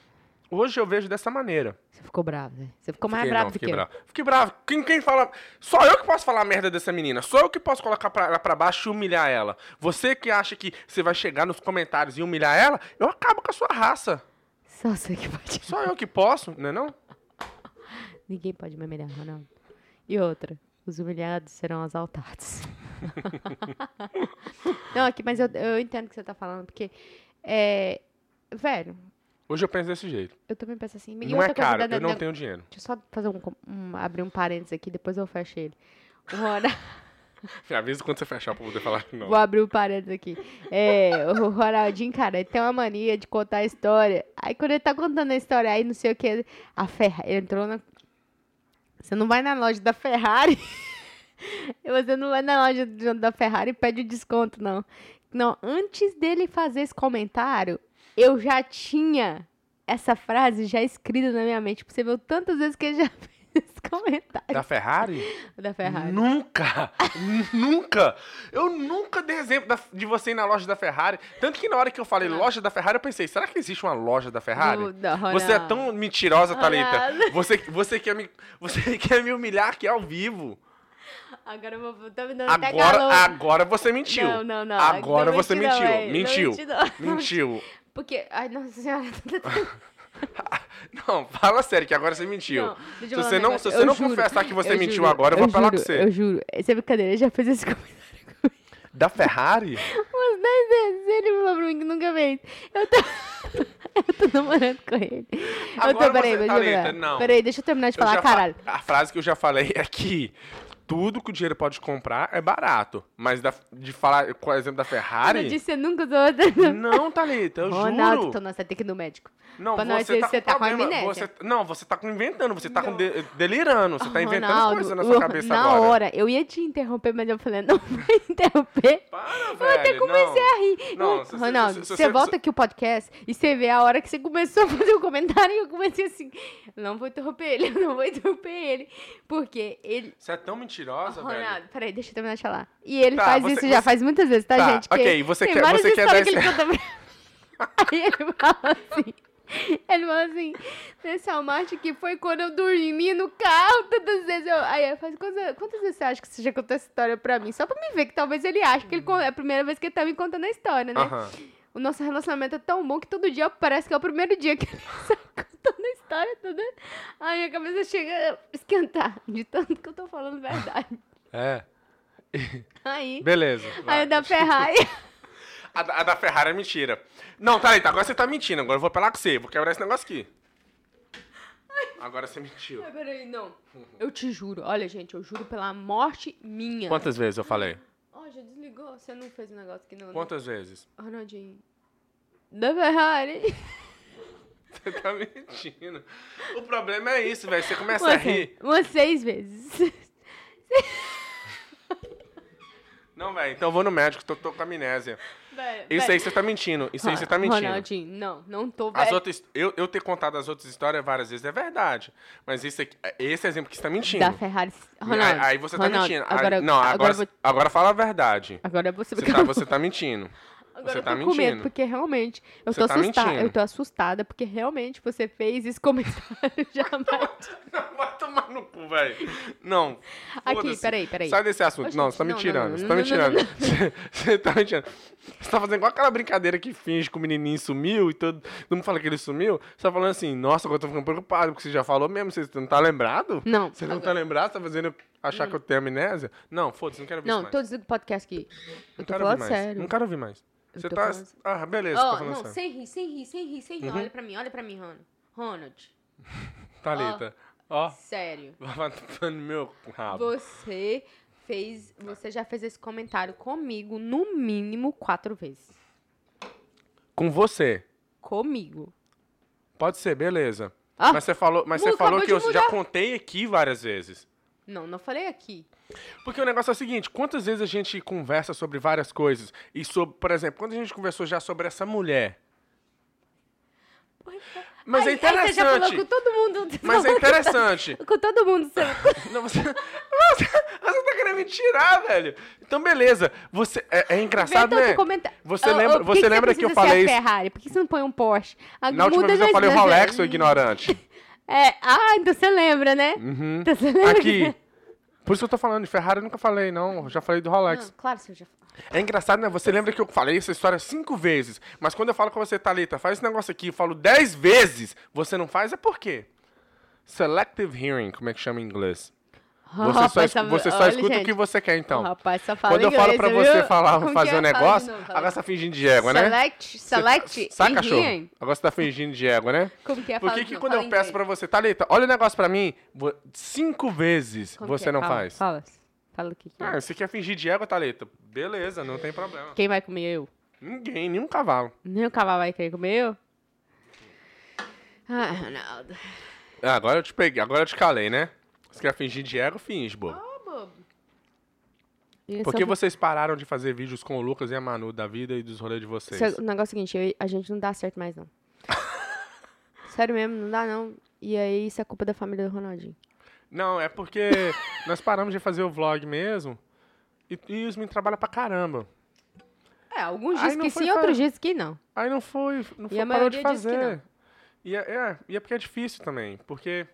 A: Hoje eu vejo dessa maneira.
B: Você ficou bravo, né? Você ficou mais
A: Fiquei,
B: bravo
A: não,
B: do que
A: fiquei
B: eu.
A: bravo. Fiquei bravo. Quem, quem fala. Só eu que posso falar merda dessa menina. Só eu que posso colocar pra, ela pra baixo e humilhar ela. Você que acha que você vai chegar nos comentários e humilhar ela, eu acabo com a sua raça.
B: Só você que pode.
A: Só eu que posso, não é não?
B: Ninguém pode me humilhar, Ronaldo. E outra, os humilhados serão exaltados. não, aqui, mas eu, eu entendo o que você tá falando, porque. É, velho,
A: Hoje eu penso desse jeito.
B: eu também penso assim. e
A: não
B: outra
A: é
B: coisa
A: caro,
B: da-
A: eu não
B: da-
A: tenho dinheiro.
B: Deixa eu só fazer um, com- um- abrir um parênteses aqui, depois eu fecho ele. O Ronaldo.
A: Me avisa quando você fechar pra poder falar não.
B: Vou abrir o um parênteses aqui. É, o Ronaldinho, cara, ele tem uma mania de contar a história. Aí quando ele tá contando a história, aí não sei o que, a Ferrari, ele entrou na... Você não vai na loja da Ferrari, você não vai na loja do- da Ferrari e pede o desconto, não. Não, antes dele fazer esse comentário, eu já tinha essa frase já escrita na minha mente. Você viu tantas vezes que ele já fez esse comentário
A: Da Ferrari?
B: da Ferrari.
A: Nunca! nunca! Eu nunca dei exemplo da- de você ir na loja da Ferrari. Tanto que na hora que eu falei loja da Ferrari, eu pensei, será que existe uma loja da Ferrari?
B: Do- da
A: Você é
B: Ronaldo.
A: tão mentirosa, Thalita.
B: Ronaldo.
A: Você, você, quer me, você quer me humilhar aqui ao vivo.
B: Agora eu vou... Tá me dando até
A: Agora,
B: calor.
A: agora você mentiu.
B: Não, não, não.
A: Agora
B: Não
A: você
B: menti
A: mentiu.
B: não, velho. Não
A: mentiu.
B: menti não.
A: Mentiu.
B: Porque, ai, nossa senhora. tá
A: Não, fala sério, que agora você mentiu.
B: Não, deixa eu
A: se
B: falar
A: você
B: um
A: não,
B: negócio.
A: se você
B: Eu
A: não
B: juro,
A: confessar que você
B: eu
A: mentiu
B: juro,
A: agora, eu vou falar
B: juro,
A: com você.
B: Eu juro, essa é brincadeira, ele já fez esse comentário comigo
A: Da Ferrari?
B: umas 10 vezes. Ele falou pra mim que nunca fez. Eu tô... eu tô namorando com ele. eu
A: Agora
B: tô, peraí,
A: você
B: deixa
A: tá
B: eu
A: lenta,
B: terminar.
A: não.
B: Peraí, deixa eu terminar
A: Eu
B: de falar,
A: já fa-
B: caralho.
A: A frase que eu já falei é que tudo que o dinheiro pode comprar é barato. Mas da- de falar, com o exemplo da
B: Eu
A: Ferrari.
B: disse, eu nunca usou outra.
A: Não, Thalita, eu
B: Ronaldo,
A: juro.
B: então nós vamos ter que ir no médico.
A: Não,
B: pra nós
A: você
B: ver
A: tá,
B: se você
A: com
B: tá com
A: problema,
B: amnésia.
A: você- Não, você tá com- inventando, você tá com de- delirando, você tá inventando
B: Ronaldo,
A: coisa na
B: o-
A: sua cabeça
B: na
A: agora.
B: hora, eu ia te interromper, mas eu falei, não vou interromper.
A: Para, velho.
B: Eu até é. comecei
A: não.
B: a rir.
A: Não,
B: Eu-
A: se- se-
B: Ronaldo,
A: se- se-
B: você
A: se-
B: volta
A: se-
B: aqui o podcast e você vê a hora que você começou a fazer o comentário e eu comecei assim, não vou interromper ele, eu não vou interromper ele. Porque ele...
A: Você é tão mentirosa, velho.
B: Ronaldo, peraí, deixa eu terminar de falar. E ele
A: Tá,
B: faz
A: você-
B: isso já
A: você-
B: faz muitas vezes, tá,
A: Tá,
B: gente? Que
A: ok, você
B: tem
A: quer-
B: várias
A: você quer
B: histórias
A: dar
B: que ele conta pra- Aí ele fala assim... Ele fala assim, nesse almarte que foi quando eu dormi no carro, tantas vezes eu... Aí eu falo, quantas, quantas vezes você acha que você já contou essa história pra mim? Só pra me ver, que talvez ele ache, porque ele, con- é a primeira vez que ele tá me contando a história, né?
A: Aham.
B: O nosso relacionamento é tão bom que todo dia parece que é o primeiro dia que ele sai contando a história toda. Ai, minha cabeça chega a esquentar de tanto que eu tô falando verdade.
A: É.
B: Aí,
A: Beleza. vai.
B: aí o da Ferrari.
A: A, da- a da Ferrari é mentira. Não, Thalita, agora você tá mentindo. Agora eu vou apelar com você. Vou quebrar esse negócio aqui. Agora você mentiu.
B: Ai, peraí, não. Eu te juro. Olha, gente, eu juro pela morte minha.
A: Quantas vezes eu falei?
B: Ó, já desligou. Você não fez o negócio que não. né?
A: Quantas vezes?
B: Ronaldinho. Da Ferrari.
A: Você tá mentindo. O problema é isso, velho. Você começa a
B: Você,
A: rir.
B: umas seis vezes.
A: Não, velho. Então eu vou no médico. Tô, tô com amnésia.
B: Velho,
A: Isso
B: velho.
A: aí você tá mentindo. Isso aí você tá
B: Ron-
A: mentindo.
B: Ronaldinho, não, não tô,
A: As
B: velho.
A: outras, eu, eu ter contado as outras histórias várias vezes é verdade. Mas esse, aqui- esse exemplo que você tá mentindo.
B: Da Ferrari. Ronaldo.
A: aí, aí você tá
B: Ronaldo,
A: mentindo. Aí-
B: Agora,
A: não, agora,
B: eu vou-
A: agora, fala a verdade.
B: Agora é você
A: Você tá, você tá mentindo.
B: Agora
A: você
B: eu tô
A: tá
B: com
A: mentindo.
B: medo, porque realmente. Eu
A: Você
B: tô
A: tá
B: assustada.
A: mentindo.
B: Eu tô assustada, porque realmente você fez esse comentário jamais.
A: Não, vai tomar no cu, velho. Não.
B: Aqui,
A: foda-se.
B: peraí, peraí.
A: Sai desse assunto.
B: Ô,
A: não,
B: gente,
A: você tá me
B: não,
A: tirando.
B: não,
A: Você
B: não,
A: tá me
B: não, não,
A: tirando. Você- Você tá me tirando. Você tá fazendo igual aquela brincadeira que finge que o menininho sumiu e todo, todo mundo fala que ele sumiu. Você tá falando assim, nossa, agora eu tô ficando preocupado, porque você já falou mesmo, você não tá lembrado?
B: Não. Hum.
A: Você não tá lembrado? Você tá fazendo eu achar que eu tenho amnésia? Não, foda-se, não quero ver isso
B: Não,
A: mais.
B: tô dizendo do podcast aqui. Eu
A: Não
B: tô
A: quero
B: falando
A: ouvir mais.
B: sério.
A: Não quero ouvir mais.
B: Eu
A: Você
B: tô
A: tá.
B: falando-
A: Ah, beleza, você tá
B: Ó,
A: falando
B: não,
A: sério. Uhum.
B: sem rir, sem rir, sem rir, sem rir. Olha pra mim, olha pra mim, Ronald. Ronald,
A: Thalita. Ó,
B: sério.
A: vai no meu rabo.
B: Você fez. Você já fez esse comentário comigo, no mínimo, quatro vezes.
A: Com você.
B: Comigo.
A: Pode ser, beleza.
B: Ah,
A: mas você falou, mas
B: Mu,
A: você falou
B: acabou
A: que
B: de
A: eu já
B: mudar.
A: contei aqui várias vezes.
B: Não, não falei aqui.
A: Porque o negócio é o seguinte, quantas vezes a gente conversa sobre várias coisas? E sobre, por exemplo, quando a gente conversou já sobre essa mulher? Mas
B: Ai,
A: é
B: Aí você já falou com
A: interessante.
B: todo mundo.
A: Mas é interessante.
B: Com todo mundo. Você...
A: Não, você, você, você tá querendo me tirar, velho. Então, beleza. Você, é, é engraçado,
B: Inventa
A: né?
B: outro comentário.
A: Você
B: Ô, ô,
A: lembra,
B: por
A: você lembra que, eu
B: precisa ser a
A: falei isso?
B: Ferrari? Por que você não põe um Porsche? Ah,
A: Na última
B: muda
A: vez eu
B: de-
A: falei o Rolex, o ignorante.
B: É, ah, então você lembra, né?
A: Uhum.
B: Então você lembra que-
A: Aqui. Por isso que eu tô falando, de Ferrari eu nunca falei, não. Já falei do Rolex.
B: Não, claro, você já falou.
A: É engraçado, né? Você lembra que eu falei essa história cinco vezes, mas quando eu falo com você, Thalita, faz esse negócio aqui, eu falo dez vezes, você não faz, é por quê? Selective hearing, como é que chama em inglês? Você só,
B: Rapaz,
A: es-
B: tá-
A: você só
B: olha,
A: escuta o
B: gente,
A: que você quer, então.
B: o rapaz só fala
A: quando eu falo
B: inglês,
A: pra
B: viu?
A: você falar,
B: Como que
A: fazer
B: é?
A: um
B: Fala de
A: negócio,
B: novo, fala.
A: agora você tá fingindo de égua, né?
B: Select, select,
A: Saca,
B: in
A: cachorro?
B: hearing.
A: Agora você tá fingindo de égua, né?
B: Como que é?
A: Por
B: Fala
A: que,
B: de
A: que
B: novo,
A: quando
B: fala
A: eu
B: em
A: peço
B: inglês.
A: pra você, Thalita, olha o negócio pra mim, vo- cinco vezes
B: Como que
A: você
B: é?
A: não
B: Fala,
A: faz?
B: Fala, fala o que que é.
A: Ah, você quer fingir de égua, Thalita? Beleza, não tem problema.
B: Quem vai comer eu?
A: Ninguém, nenhum cavalo.
B: Nem o cavalo vai querer comer eu? Ah, Ronaldo.
A: Ah, agora eu te peguei, agora eu te calei, né? Você quer fingir de ego, finge, bobo.
B: Ah, Isso
A: Porque
B: é um-
A: vocês pararam de fazer vídeos com o Lucas e a Manu da vida e dos rolês de vocês?
B: isso é- O negócio é o seguinte, eu- a gente não dá certo mais, não. Sério mesmo, não dá, não. E aí, isso é culpa da família do Ronaldinho.
A: Não, é porque nós paramos de fazer o vlog mesmo e, e os meninos trabalham pra caramba.
B: É, alguns
A: Ai,
B: dias
A: não
B: que
A: foi
B: sim,
A: fa-
B: outros dias que não.
A: Aí não foi, não foi,
B: a
A: parou de
B: maioria diz que
A: fazer.
B: não.
A: E é, é, e é porque é difícil também, porque...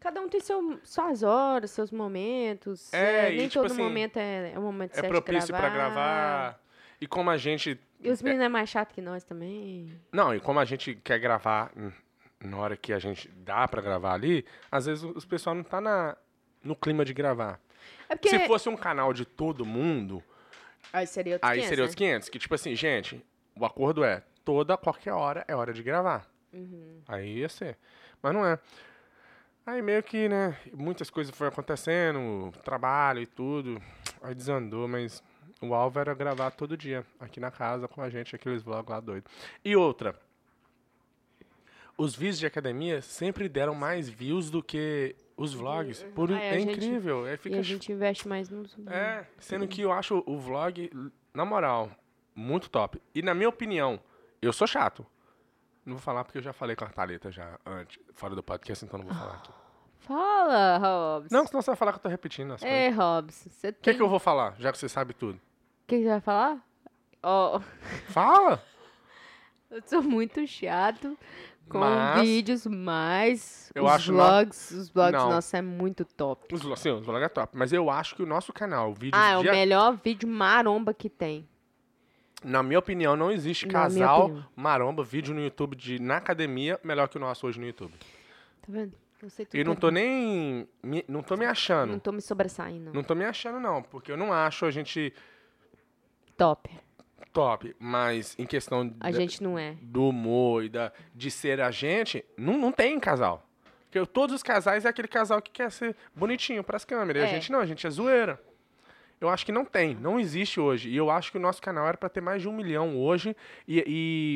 B: Cada um tem seu, suas horas, seus momentos.
A: É,
B: É,
A: e,
B: nem
A: tipo
B: todo
A: assim,
B: momento é, é um momento
A: É
B: certo
A: propício
B: de
A: pra gravar. E como a gente.
B: E os meninos é mais chato que nós também.
A: Não, e como a gente quer gravar hum, na hora que a gente dá pra gravar ali, às vezes o- os pessoal não tá na, no clima de gravar.
B: É porque...
A: Se fosse um canal de todo mundo,
B: Aí seria outros
A: aí
B: 500,
A: seria
B: né?
A: os 500. Que tipo assim, gente, o acordo é toda, qualquer hora é hora de gravar.
B: Uhum.
A: Aí ia ser. Mas não é. Aí meio que, né, muitas coisas foram acontecendo, trabalho e tudo. Aí desandou, mas o alvo era gravar todo dia, aqui na casa, com a gente, aqueles vlogs lá doido. E outra. Os vídeos de academia sempre deram mais views do que os vlogs. Por,
B: Uhum. Aí a
A: é
B: gente-
A: incrível. É, fica
B: E a gente investe mais nos...
A: é, sendo que eu acho o vlog, na moral, muito top. E na minha opinião, eu sou chato. Não vou falar porque eu já falei com a Thalita já antes, fora do podcast, então não vou falar aqui.
B: Ah. Fala, Hobbs.
A: Não, senão você vai falar que eu tô repetindo as coisas.
B: Ei, Hobbs, você
A: O que,
B: tem...
A: que eu vou falar, já que você sabe tudo?
B: O que que você vai falar? Ó,
A: Fala!
B: eu sou muito chato com
A: Mas-
B: vídeos, mas
A: Eu
B: os
A: acho no-
B: vlogs, os vlogs
A: Não.
B: nossos é muito top.
A: Os, vlo- sim, os vlogs é top, mas eu acho que o nosso canal, o vídeo
B: Ah, é o
A: de,
B: melhor vídeo maromba que tem.
A: na minha opinião, não existe
B: Na minha
A: casal
B: opinião.
A: maromba, vídeo no YouTube de na academia, melhor que o nosso hoje no YouTube.
B: Tá vendo? Eu sei tudo.
A: E não
B: que
A: tô nem, me- não tô me
B: eu- não
A: achando,
B: tô me sobressaindo.
A: não tô me achando não, porque eu não acho a gente
B: Top.
A: top, mas em questão
B: A
A: da-
B: gente não é.
A: do humor e da, de ser a gente, não, não tem casal. Porque eu- todos os casais é aquele casal que quer ser bonitinho pras câmeras. E a
B: É.
A: gente não, a gente é zoeira. Eu acho que não tem, não existe hoje. E eu acho que o nosso canal era pra ter mais de um milhão hoje e,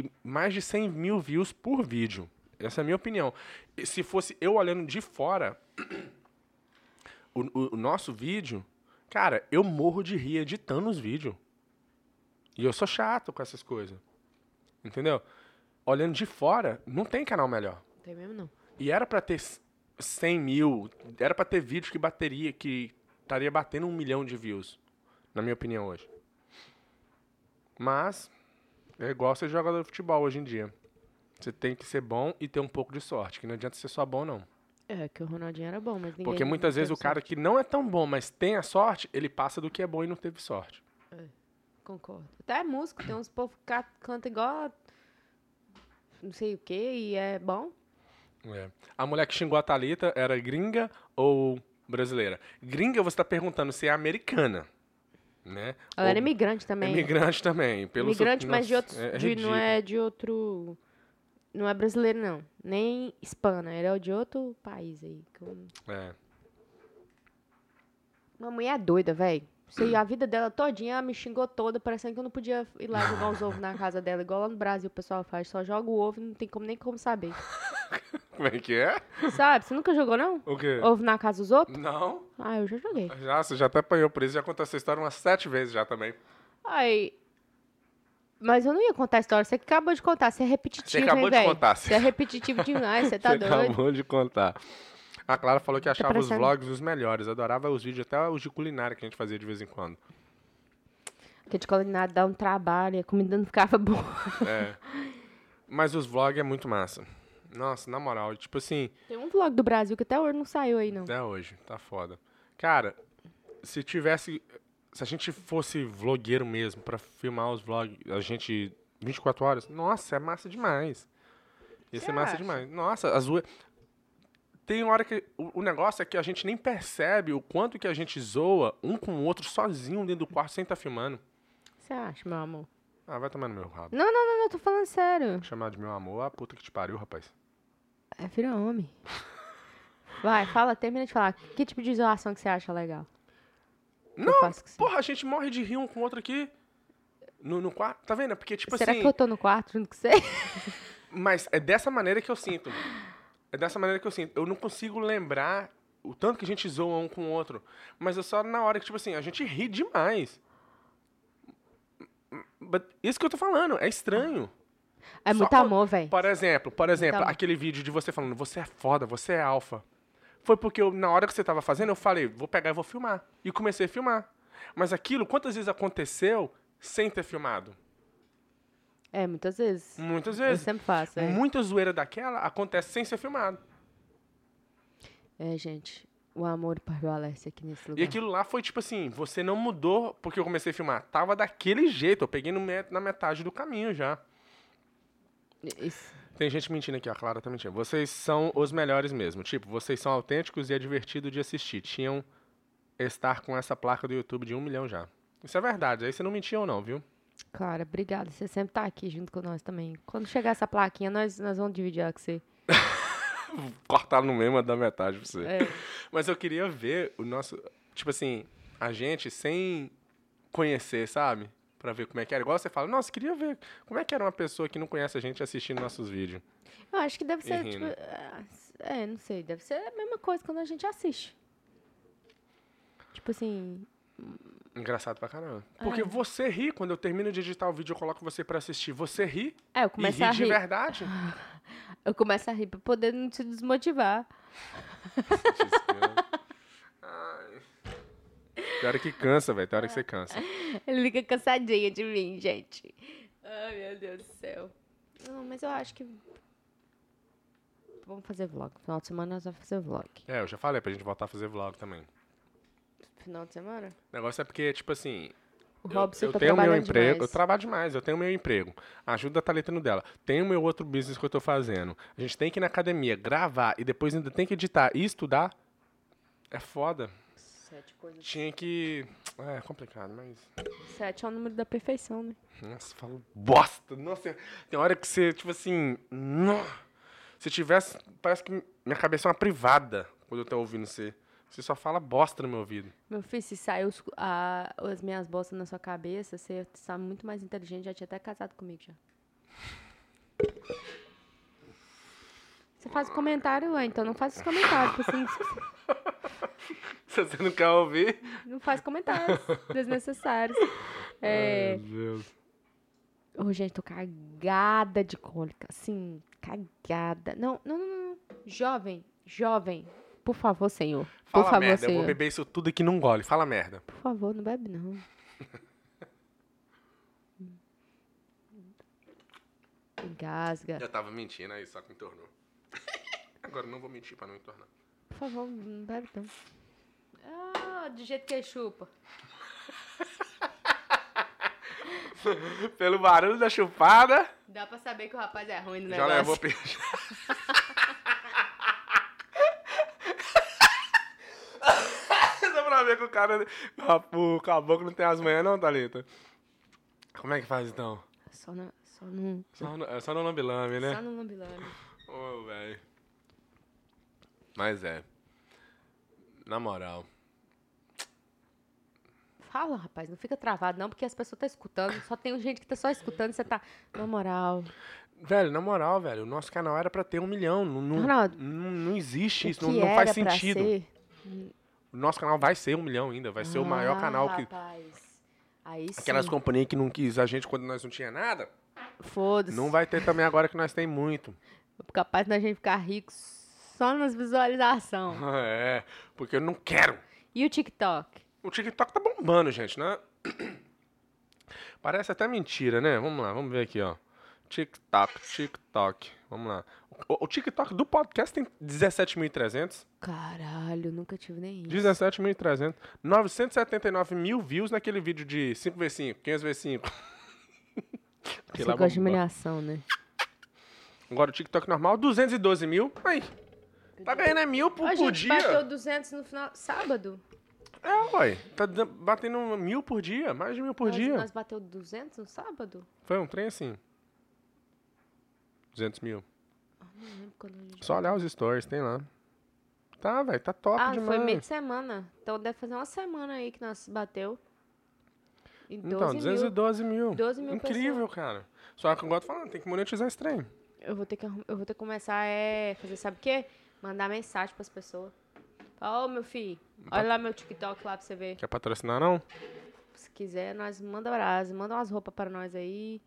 A: e mais de 100 mil views por vídeo. Essa é a minha opinião. E se fosse eu olhando de fora o, o- o nosso vídeo, cara, eu morro de rir editando os vídeos. E eu sou chato com essas coisas. Entendeu? Olhando de fora, não tem canal melhor.
B: Não tem mesmo, não.
A: E era pra ter c- 100 mil, era pra ter vídeo que bateria, que estaria batendo um milhão de views, na minha opinião hoje. Mas é igual ser jogador de futebol hoje em dia. Você tem que ser bom e ter um pouco de sorte, que não adianta ser só bom, não.
B: É que o Ronaldinho era bom, mas ninguém...
A: Porque muitas vezes o cara que não é tão bom, mas tem a sorte, ele passa do que é bom e não teve sorte.
B: Concordo. Até é músico, tem uns povos que ca- canta igual... a- Não sei o que, e é bom.
A: É. A mulher que xingou a Thalita era gringa ou brasileira? Gringa, você tá perguntando se é americana, né? Ou-
B: Ela
A: é
B: era imigrante também.
A: Imigrante também. Pelo
B: imigrante,
A: sotaque-
B: mas de
A: Nossa,
B: outro, de- não é de outro, não é brasileiro não, nem hispana, era de outro país aí. que eu-
A: ridículo. É.
B: Uma mulher é doida, velho. Sei, a vida dela todinha, ela me xingou toda, parecendo que eu não podia ir lá jogar os ovos na casa dela, igual lá no Brasil o pessoal faz, só joga o ovo e não tem como, nem como saber.
A: Como é que é?
B: Sabe, você nunca jogou não?
A: O quê?
B: Ovo na casa dos outros?
A: Não?
B: Ah, eu já joguei.
A: Já, você já até apanhou por isso, já contou essa história umas sete vezes já também.
B: Ai, mas eu não ia contar a história, você que acabou de contar, você é repetitivo,
A: acabou
B: hein,
A: de
B: véi?
A: contar,
B: Você é repetitivo demais, você tá
A: você
B: doido. Tá
A: acabou de contar. A Clara falou que achava os
B: parecendo-
A: vlogs os melhores. Adorava os vídeos, até os de culinária que a gente fazia de vez em quando.
B: Porque de culinária dá um trabalho e a comida não ficava boa.
A: É. Mas os vlogs é muito massa. Nossa, na moral, tipo assim,
B: Tem um vlog do Brasil que até hoje não saiu aí, não.
A: até hoje, tá foda. Cara, se tivesse. Se a gente fosse vlogueiro mesmo pra filmar os vlogs, a gente 24 horas, nossa, é massa demais. Ia
B: Você
A: ser massa
B: acha?
A: demais. Nossa, a zoe... Tem hora que. O, o negócio é que a gente nem percebe o quanto que a gente zoa um com o outro sozinho dentro do quarto sem estar tá filmando.
B: Você acha, meu amor?
A: Ah, vai tomar no meu rabo.
B: Não, não, não, não, eu tô falando sério.
A: Chamar de meu amor, a puta que te pariu, rapaz.
B: É, vira homem. Vai, fala, termina de falar. Que tipo de zoação que você acha legal? Que
A: Não,
B: eu faço com você?
A: Porra, a gente morre de rir um com o outro aqui. No, no quarto. Tá vendo? É Porque, tipo
B: Será
A: assim.
B: que eu tô no quarto junto com você?
A: Mas é dessa maneira que eu sinto. É dessa maneira que eu sinto. Eu não consigo lembrar o tanto que a gente zoa um com o outro. Mas é só na hora que, tipo assim, a gente ri demais. But- isso que eu tô falando, é estranho.
B: É
A: Só
B: muito
A: quando-
B: amor, velho.
A: Por exemplo, por exemplo,
B: Então.
A: aquele vídeo de você falando, você é foda, você é alfa. Foi porque eu, na hora que você tava fazendo, eu falei, vou pegar e vou filmar. E comecei a filmar. Mas aquilo, quantas vezes aconteceu sem ter filmado?
B: É, muitas vezes.
A: Muitas
B: Eu
A: vezes. Uhum.
B: sempre faço. É.
A: Muita zoeira daquela acontece sem ser filmado.
B: É, gente. O amor prevalece aqui nesse lugar.
A: E aquilo lá foi tipo assim, você não mudou porque eu comecei a filmar. Tava daquele jeito, eu peguei no met- na metade do caminho já.
B: Isso.
A: Tem gente mentindo aqui, a Clara tá mentindo. Vocês são os melhores mesmo. Tipo, vocês são autênticos e é divertido de assistir. Tinham estar com essa placa do YouTube de um milhão já. Isso é verdade, aí você não mentiu não, viu?
B: Clara, obrigada. Você sempre tá aqui junto com nós também. Quando chegar essa plaquinha, nós, nós vamos dividir ela com você.
A: Cortaram no mesmo da metade pra você.
B: É.
A: Mas eu queria ver o nosso. Tipo assim, a gente sem conhecer, sabe? Pra ver como é que era. Igual você fala, nossa, queria ver como é que era uma pessoa que não conhece a gente assistindo nossos vídeos.
B: Eu acho que deve ser,
A: E
B: tipo.
A: rindo.
B: ah, É, não sei. Deve ser a mesma coisa quando a gente assiste. Tipo assim.
A: Engraçado pra caramba.
B: É.
A: Porque você ri, quando eu termino de editar o vídeo, eu coloco você pra assistir. Você ri
B: É, eu
A: e
B: começo
A: ri
B: a
A: de
B: rir. Ah.
A: verdade.
B: Eu começo a rir pra poder não te desmotivar.
A: Ai. Tem hora que cansa, velho. Tem hora que você cansa.
B: Ele fica cansadinho de mim, gente. Ai, meu Deus do céu. Não, mas eu acho que. Vamos fazer vlog. Final de semana nós vamos fazer vlog.
A: É, eu já falei pra gente voltar a fazer vlog também.
B: Final de semana?
A: O negócio é porque, tipo assim,
B: O
A: Eu,
B: Robson
A: eu
B: tá
A: tenho meu
B: trabalhando
A: emprego, eu
B: demais.
A: trabalho demais, eu tenho meu emprego. Ajuda a Thalita no dela. Tenho meu outro business que eu tô fazendo. A gente tem que ir na academia, gravar e depois ainda tem que editar e estudar. É foda.
B: Sete coisas.
A: Tinha que. É, é complicado, mas.
B: Sete é o número da perfeição, né?
A: Nossa, falo bosta. Nossa, tem hora que você, tipo assim. nó. Se tivesse. Parece que minha cabeça é uma privada quando eu tô ouvindo você. Você só fala bosta no meu ouvido.
B: Meu filho, se saiu os- a- as minhas bolsas na sua cabeça, você está muito mais inteligente. Já tinha até casado comigo já. Você faz o comentário, ué, então não faz os comentários. porque Você não-
A: Se você não quer ouvir.
B: não faz comentários desnecessários. É,
A: Meu Deus.
B: Ô, gente, tô cagada de cólica. Assim, cagada. Não, não, não, não. Jovem, jovem. Por favor, senhor. Por
A: Fala
B: favor,
A: merda, eu
B: senhor.
A: vou beber isso tudo aqui num gole. Fala merda.
B: Por favor, não bebe, não. Engasga.
A: Eu tava mentindo, aí só que entornou. Agora eu não vou mentir pra não entornar.
B: Por favor, não bebe, não. Ah, do jeito que ele chupa.
A: Pelo barulho da chupada,
B: Dá pra saber que o rapaz é ruim no
A: já
B: negócio.
A: levou peixe. Dá pra ver que o cara. O caboclo não tem as manhas, não, Thalita. Como é que faz então?
B: Só, na, só no...
A: Só no, é só no lambilame, né?
B: Só no lambilame.
A: Ô, velho. Mas é. Na moral.
B: Fala, rapaz, não fica travado, não, porque as pessoas estão escutando. Só tem gente que tá só escutando, você tá. Na moral.
A: Velho, na moral, velho, o nosso canal era pra ter um milhão. Não, não,
B: Ronaldo,
A: não, não existe isso,
B: o
A: não,
B: que
A: não faz
B: era pra
A: sentido.
B: ser-
A: O nosso canal vai ser um milhão ainda, vai ser o maior
B: Ah,
A: canal que.
B: Rapaz. Aí sim.
A: Aquelas companhias que não quis a gente quando nós não tinha nada,
B: Foda-se.
A: não vai ter também agora que nós tem muito.
B: Capaz da gente ficar ricos só nas visualizações.
A: É, porque eu não quero.
B: E o TikTok?
A: O TikTok tá bombando, gente, né? Parece até mentira, né? Vamos lá, vamos ver aqui, ó. TikTok, TikTok. Vamos lá. O, o TikTok do podcast tem 17.300.
B: Caralho, nunca tive nem isso.
A: 17.300. 979 mil views naquele vídeo de 5v5, 500v5. Aquele lá
B: Você gosta de
A: bombando.
B: humilhação, né?
A: Agora o TikTok normal, 212 mil. Aí. Tá ganhando é mil por,
B: Ó,
A: por
B: gente,
A: dia.
B: bateu 200 no final... Sábado?
A: É, ué. Tá da- batendo mil por dia, mais de mil por
B: Nós-
A: dia.
B: Nós bateu 200 no sábado?
A: Foi um trem assim. 200 mil.
B: Não lembro quando a gente...
A: Só olhar os stories, tem lá. Tá, velho, tá top
B: Ah,
A: demais.
B: foi meio de semana. Então deve fazer uma semana aí que nós bateu. E 12
A: Então,
B: mil.
A: 212 mil.
B: 12 mil
A: Incrível, cara. Só que agora eu tô falando, tem que monetizar esse trem.
B: Eu vou ter que, arrum- eu vou ter que começar a fazer, sabe o quê? Mandar mensagem pras pessoas. Ó, meu filho,
A: Tá.
B: olha lá meu TikTok lá pra você ver.
A: Quer patrocinar, não?
B: Se quiser, nós manda brasa, manda umas roupas pra nós aí.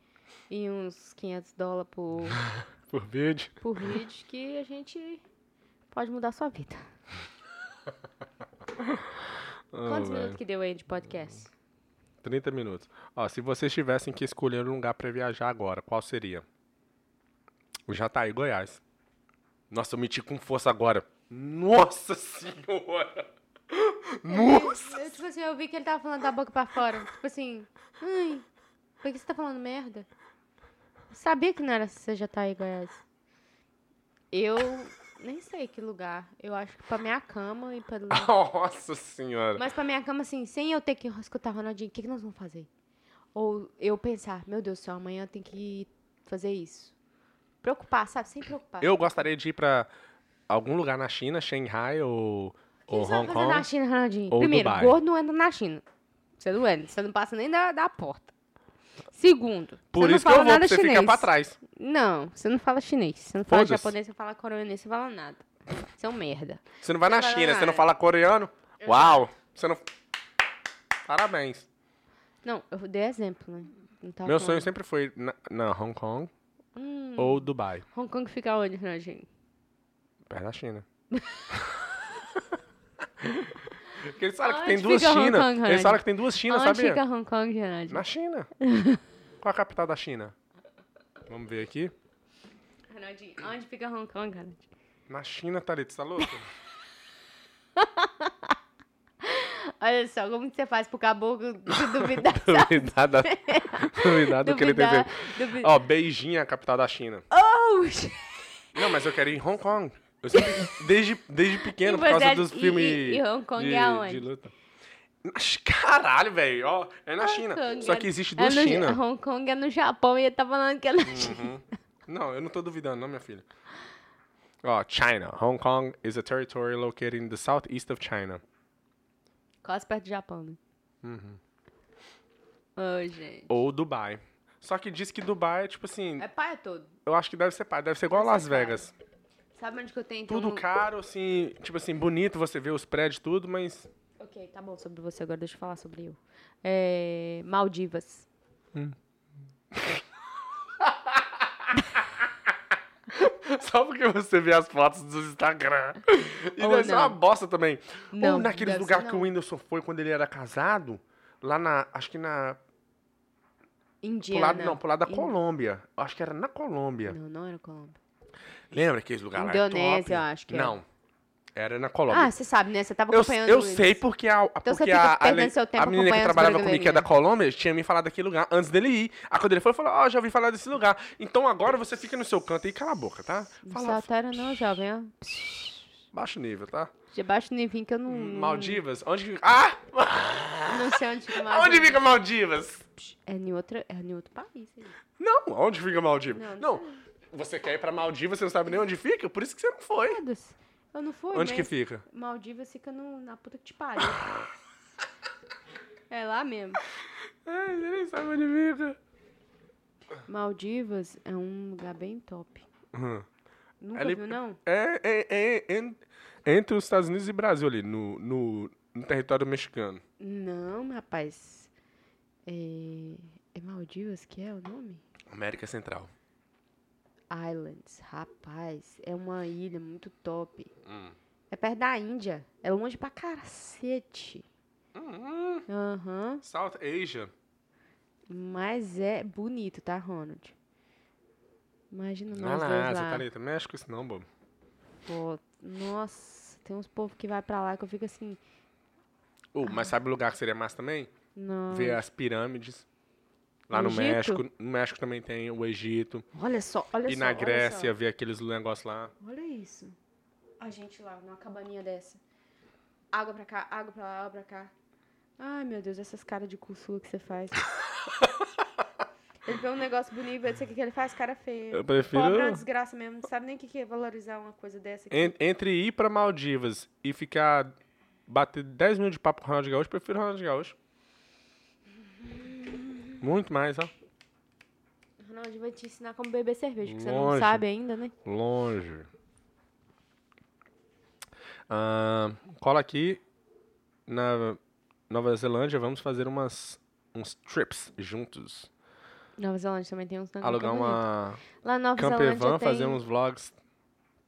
B: E uns 500 dólares por,
A: Por vídeo.
B: por vídeo que a gente pode mudar a sua vida.
A: Ah,
B: Quantos
A: velho,
B: minutos que deu aí de podcast?
A: 30 minutos. Ó, se vocês tivessem que escolher um lugar pra viajar agora, qual seria? O Jataí, Goiás. Nossa, eu menti com força agora. Nossa senhora! Nossa!
B: Eu, tipo assim, eu vi que ele tava falando da boca pra fora. Tipo assim, ai, por que você tá falando merda? Eu sabia que não era você já tá aí, Goiás. Eu nem sei que lugar. Eu acho que pra minha cama e pra.
A: Nossa senhora!
B: Mas pra minha cama, assim, sem eu ter que escutar Ronaldinho, o que, que nós vamos fazer? Ou eu pensar, meu Deus do céu, amanhã tem que fazer isso. Preocupar, sabe? Sem preocupar.
A: Eu gostaria de ir pra algum lugar na China, Shanghai ou,
B: O que
A: ou
B: você vai
A: Hong
B: fazer na
A: Kong.
B: China, Ronaldinho?
A: ou
B: Primeiro,
A: Dubai?
B: gordo não entra na China. Você não entra, você não passa nem da, da porta. Segundo,
A: Por
B: você
A: isso
B: não
A: que eu
B: fala
A: vou,
B: nada
A: pra você
B: chinês.
A: ficar pra trás.
B: Não, você não fala chinês, você não fala
A: Foda-se.
B: japonês, você não fala coreano, você não fala nada. Você é um merda.
A: Você não vai na
B: Não vai
A: China,
B: lá.
A: você não fala coreano. Uau! Você não. Parabéns.
B: Não, eu dei exemplo, né? Não tava
A: Meu
B: falando.
A: sonho sempre foi na, na Hong Kong
B: Hum,
A: ou Dubai,
B: Hong Kong fica onde, Ronaldinho?
A: perto da China. Porque eles falam que
B: Onde
A: tem duas
B: fica Hong
A: Chinas.
B: Kong,
A: Eles
B: Rani?
A: falam que tem duas Chinas,
B: onde
A: sabia?
B: fica Hong Kong, Ronaldinho?
A: Na China. Qual a capital da China? Vamos ver aqui.
B: Ronaldinho, onde fica Hong Kong, Ronaldinho?
A: Na China, Thalita, você tá louco?
B: Olha só, como que você faz pro caboclo duvidar?
A: Duvidar da- duvidar do que ele tem
B: duvidar,
A: feito.
B: duvidar.
A: Ó, Beijing é a capital da China.
B: Oh, shit.
A: Não, mas eu quero ir em Hong Kong. Eu sempre, desde, desde pequeno, por causa
B: você-
A: dos
B: e-
A: filmes
B: e- e Hong Kong
A: de,
B: é
A: de
B: aonde?
A: luta. Nas- Caralho, velho. Ó, é na China.
B: Kong,
A: Só
B: é-
A: que existe
B: é
A: duas
B: no,
A: Chinas.
B: Hong Kong é no Japão e ele tá falando que é na China.
A: Uhum. Não, eu não tô duvidando, não, minha filha. Ó, China. Hong Kong is a territory located in the southeast of China.
B: Quase perto do Japão, né?
A: Uhum.
B: Ô, gente.
A: Ou Dubai. Só que diz que Dubai é tipo assim,
B: É pai todo.
A: eu acho que deve ser pai, deve ser igual
B: Deve
A: Las
B: ser
A: Vegas.
B: Sabe onde que eu tenho?
A: Tudo
B: então,
A: caro, assim, tipo assim, bonito, você vê os prédios, tudo, mas.
B: Ok, tá bom sobre você agora, deixa eu falar sobre eu. É, Maldivas.
A: Só porque você vê as fotos dos Instagram. E
B: Ou
A: deve ser
B: não.
A: uma bosta também.
B: Não,
A: Ou naqueles
B: deve ser
A: lugares que
B: não.
A: o Whindersson foi quando ele era casado, lá na. Acho que na. Pro
B: Indiana.
A: lado, não, pro lado da
B: In-
A: Colômbia. Acho que era na Colômbia.
B: Não, não era Colômbia.
A: Lembra aqueles lugares lá? É
B: Indonésia,
A: top?
B: eu acho que era.
A: Não. Era na Colômbia.
B: Ah, você sabe, né? Você tava
A: Eu,
B: acompanhando
A: eu
B: eles.
A: sei porque a,
B: Então você
A: porque
B: fica
A: a, a,
B: perdendo
A: le-
B: seu tempo
A: a menina que
B: acompanhando os
A: trabalhava comigo, que é da
B: programinha.
A: Colômbia, tinha me falado daquele lugar antes dele ir. Aí quando ele foi, eu falei, ó, já ouvi falar desse lugar. Então agora você fica no seu canto e cala a boca, tá?
B: Não se
A: Fala
B: altera não, jovem. ó.
A: baixo nível, tá?
B: De baixo nível que eu não...
A: Hum, Maldivas? Onde fica? Ah!
B: Não sei onde fica Maldivas.
A: Onde fica Maldivas?
B: É em, outra, é em outro país. hein?
A: Não, onde fica Maldivas?
B: Não,
A: Não, você quer ir pra Maldivas, você não sabe nem onde fica? Por isso que você não foi.
B: Todos. Eu não fui,
A: Onde que
B: mas
A: fica?
B: Maldivas fica no, na puta que te pariu. é lá mesmo.
A: Ai, É, você nem sabe onde fica.
B: Maldivas é um lugar bem top.
A: Hum.
B: Nunca
A: Ali-
B: viu, não?
A: É, é, é en- entre os Estados Unidos e Brasil ali, no, no, no território mexicano.
B: Não, rapaz. É, é Maldivas que é o nome?
A: América Central.
B: Islands. Rapaz, é uma ilha muito top.
C: Hum.
B: É perto da Índia. É longe pra cacete.
C: Hum, hum.
B: Aham.
C: South Asia.
B: Mas é bonito, tá, Ronald? Imagina
A: Não é
B: nós
A: na
B: dois
A: Ásia,
B: lá.
A: Thalita. Mexe com isso não, bobo.
B: Pô, nossa, tem uns povos que vai pra lá que eu fico assim,
A: Oh, mas sabe o lugar que seria massa também?
B: não.
A: Ver as pirâmides. Lá
B: Ah. No
A: no,
B: Egito?
A: México. No México também tem o Egito.
B: Olha só, olha
A: e
B: só.
A: na
B: olha
A: Grécia, ver aqueles negócios lá.
B: só. Olha isso. A gente lá, numa cabaninha dessa. Água pra cá, água pra lá, água pra cá. Ai, meu Deus, essas caras de cu sua que você faz. ele vê um negócio bonito, eu sei o que que ele faz, cara feio.
A: Eu prefiro-
B: Pobre é uma desgraça mesmo, não sabe nem o que que é valorizar uma coisa dessa. aqui.
A: En- entre ir pra Maldivas e ficar. bater 10 minutos de papo com o Ronald Gaúcho, prefiro o Ronald Gaúcho. Muito mais, ó.
B: Ronald vai te ensinar como beber cerveja, que você não
A: Longe.
B: sabe ainda, né?
A: Longe. Ah, cola aqui na Nova Zelândia, vamos fazer umas, uns trips juntos.
B: Nova Zelândia também tem uns negócios
A: Alugar
B: Hum, é bonito.
A: uma
B: Lá na Nova
A: camper
B: Zelândia
A: van,
B: tem...
A: fazer um uns vlogs,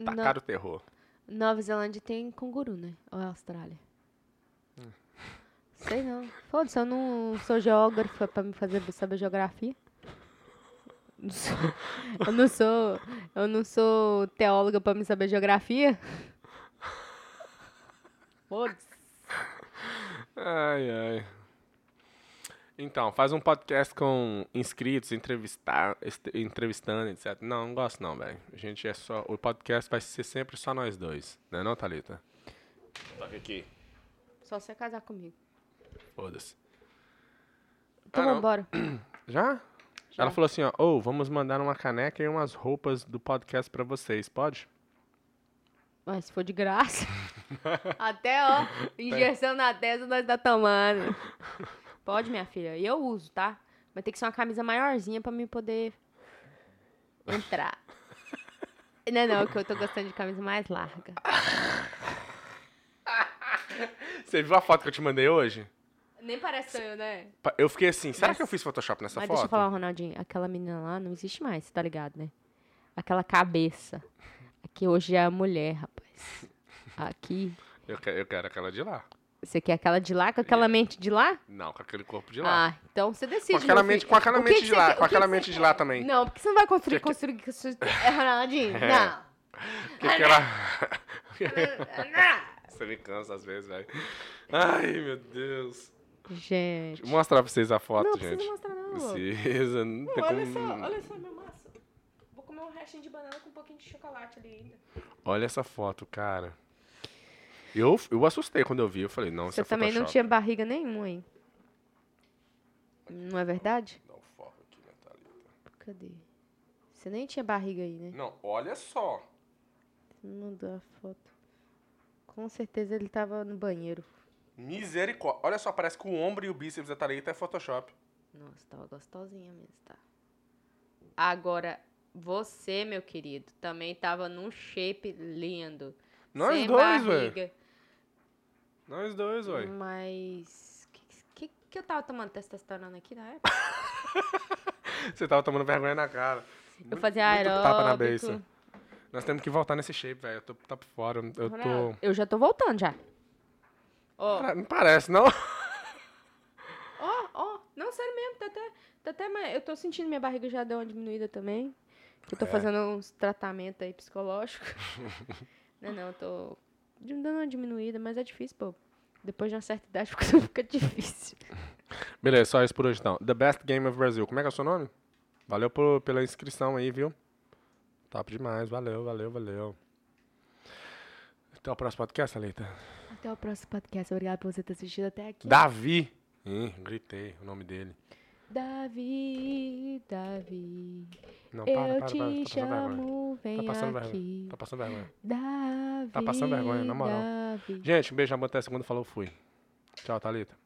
A: tacar o terror.
B: Nova Zelândia tem canguru, né? Ou é Austrália? Sei não. Foda-se, eu não sou geógrafa pra me fazer saber geografia. Não sou- Eu não sou, eu não sou teóloga pra me saber geografia. Foda-se.
A: Ai, ai. Então, faz um podcast com inscritos, entrevistar, est- entrevistando, etc. Não, não gosto não, velho. A gente é só. O podcast vai ser sempre só nós dois. Né não, Thalita? Toca aqui.
B: Só você casar comigo.
A: Foda-se.
B: Então
A: Ah, não.
B: vambora.
A: Já? Ela falou assim, ó, ou vamos mandar uma caneca e umas roupas do podcast pra vocês, pode?
B: Mas se for de graça. Até, ó, injeção na testa nós tá tomando. Pode, minha filha. E eu uso, tá? Mas tem que ser uma camisa maiorzinha pra mim poder entrar. Não, não, é que eu tô gostando de camisa mais larga.
A: Você viu a foto que eu te mandei hoje?
B: Nem parece eu, né?
A: Pa- Eu fiquei assim, será
B: Mas-
A: que eu fiz Photoshop nessa
B: Mas
A: foto?
B: deixa eu falar, Ronaldinho. Aquela menina lá não existe mais, tá ligado, né? Aquela cabeça. Aqui hoje é a mulher, rapaz. Aqui.
A: Eu, que- eu quero aquela de lá.
B: Você quer aquela de lá com aquela mente de lá?
A: Não, com aquele corpo de lá.
B: Ah, então você decide.
A: com aquela
B: meu
A: mente,
B: filho.
A: com aquela
B: O que
A: mente
B: que
A: de
B: você
A: lá, com
B: quer- o que
A: aquela
B: que
A: mente
B: você
A: de lá também.
B: Não, porque você não vai construir,
A: Que- que-
B: construir, construir. É, Ronaldinho, não.
A: Que que ela... Você me cansa às vezes, velho. Ai, meu Deus.
B: Gente.
A: Deixa eu mostrar pra vocês a foto,
B: Não
A: gente. tá
B: precisa mostrar, não.
A: Precisa, não tem
B: Olha
A: como-
B: só, olha só meu massa. Vou comer um restinho de banana com um pouquinho de chocolate ali ainda.
A: Olha essa foto, cara. Eu, eu assustei quando eu vi. Eu falei, não, isso
B: Você
A: é
B: também não
A: Photoshop.
B: tinha barriga nenhuma, hein? Não é verdade?
A: Dá um foco aqui, né, Thalita?
B: Cadê? Você nem tinha barriga aí, né?
A: Não, olha só.
B: Não dá a foto. Com certeza ele tava no banheiro.
A: Misericórdia. Olha só, parece que o ombro e o bíceps da Thalita é Photoshop.
B: Nossa, tava gostosinha mesmo, tá? Agora, você, meu querido, também tava num shape lindo.
A: Nós
B: sem
A: dois, ué.
B: barriga.
A: Nós dois, ué.
B: Hum. Mas. Que, que, que eu tava tomando testosterona aqui na época?
A: Você tava tomando vergonha na cara.
B: Eu
A: Muito-
B: fazia
A: muito
B: aeróbico.
A: tapa na beça. Nós temos que voltar nesse shape, velho. Eu tô tá por fora. eu- Eu
B: Ronaldo,
A: tô.
B: eu já tô voltando já. Ó,
A: Cara, Não parece, não?
B: ó, ó. Não, sério mesmo, tá até. Tá até mais- eu tô sentindo minha barriga já deu uma diminuída também. Eu tô
A: É.
B: fazendo uns tratamentos aí psicológicos. não, não, eu tô dim- dando uma diminuída, mas é difícil, pô. Depois de uma certa idade fica fica difícil.
A: Beleza, só isso por hoje então. The Best Game of Brazil. Como é que é o seu nome? Valeu por- pela inscrição aí, viu? Top demais. Valeu, valeu, valeu. Até o próximo podcast, Aleita.
B: Até o próximo podcast. Obrigada por você ter assistido até aqui.
A: Davi. Ih, gritei o nome dele.
B: Davi, Davi.
A: Não,
B: eu
A: para, para, para.
B: te
A: Tá passando vergonha.
B: chamo, vem
A: Tá passando
B: aqui.
A: vergonha. Tá passando vergonha.
B: Davi.
A: Tá passando vergonha, na moral.
B: Davi.
A: Gente, um beijo, até segunda. Falou, fui. Tchau, Thalita.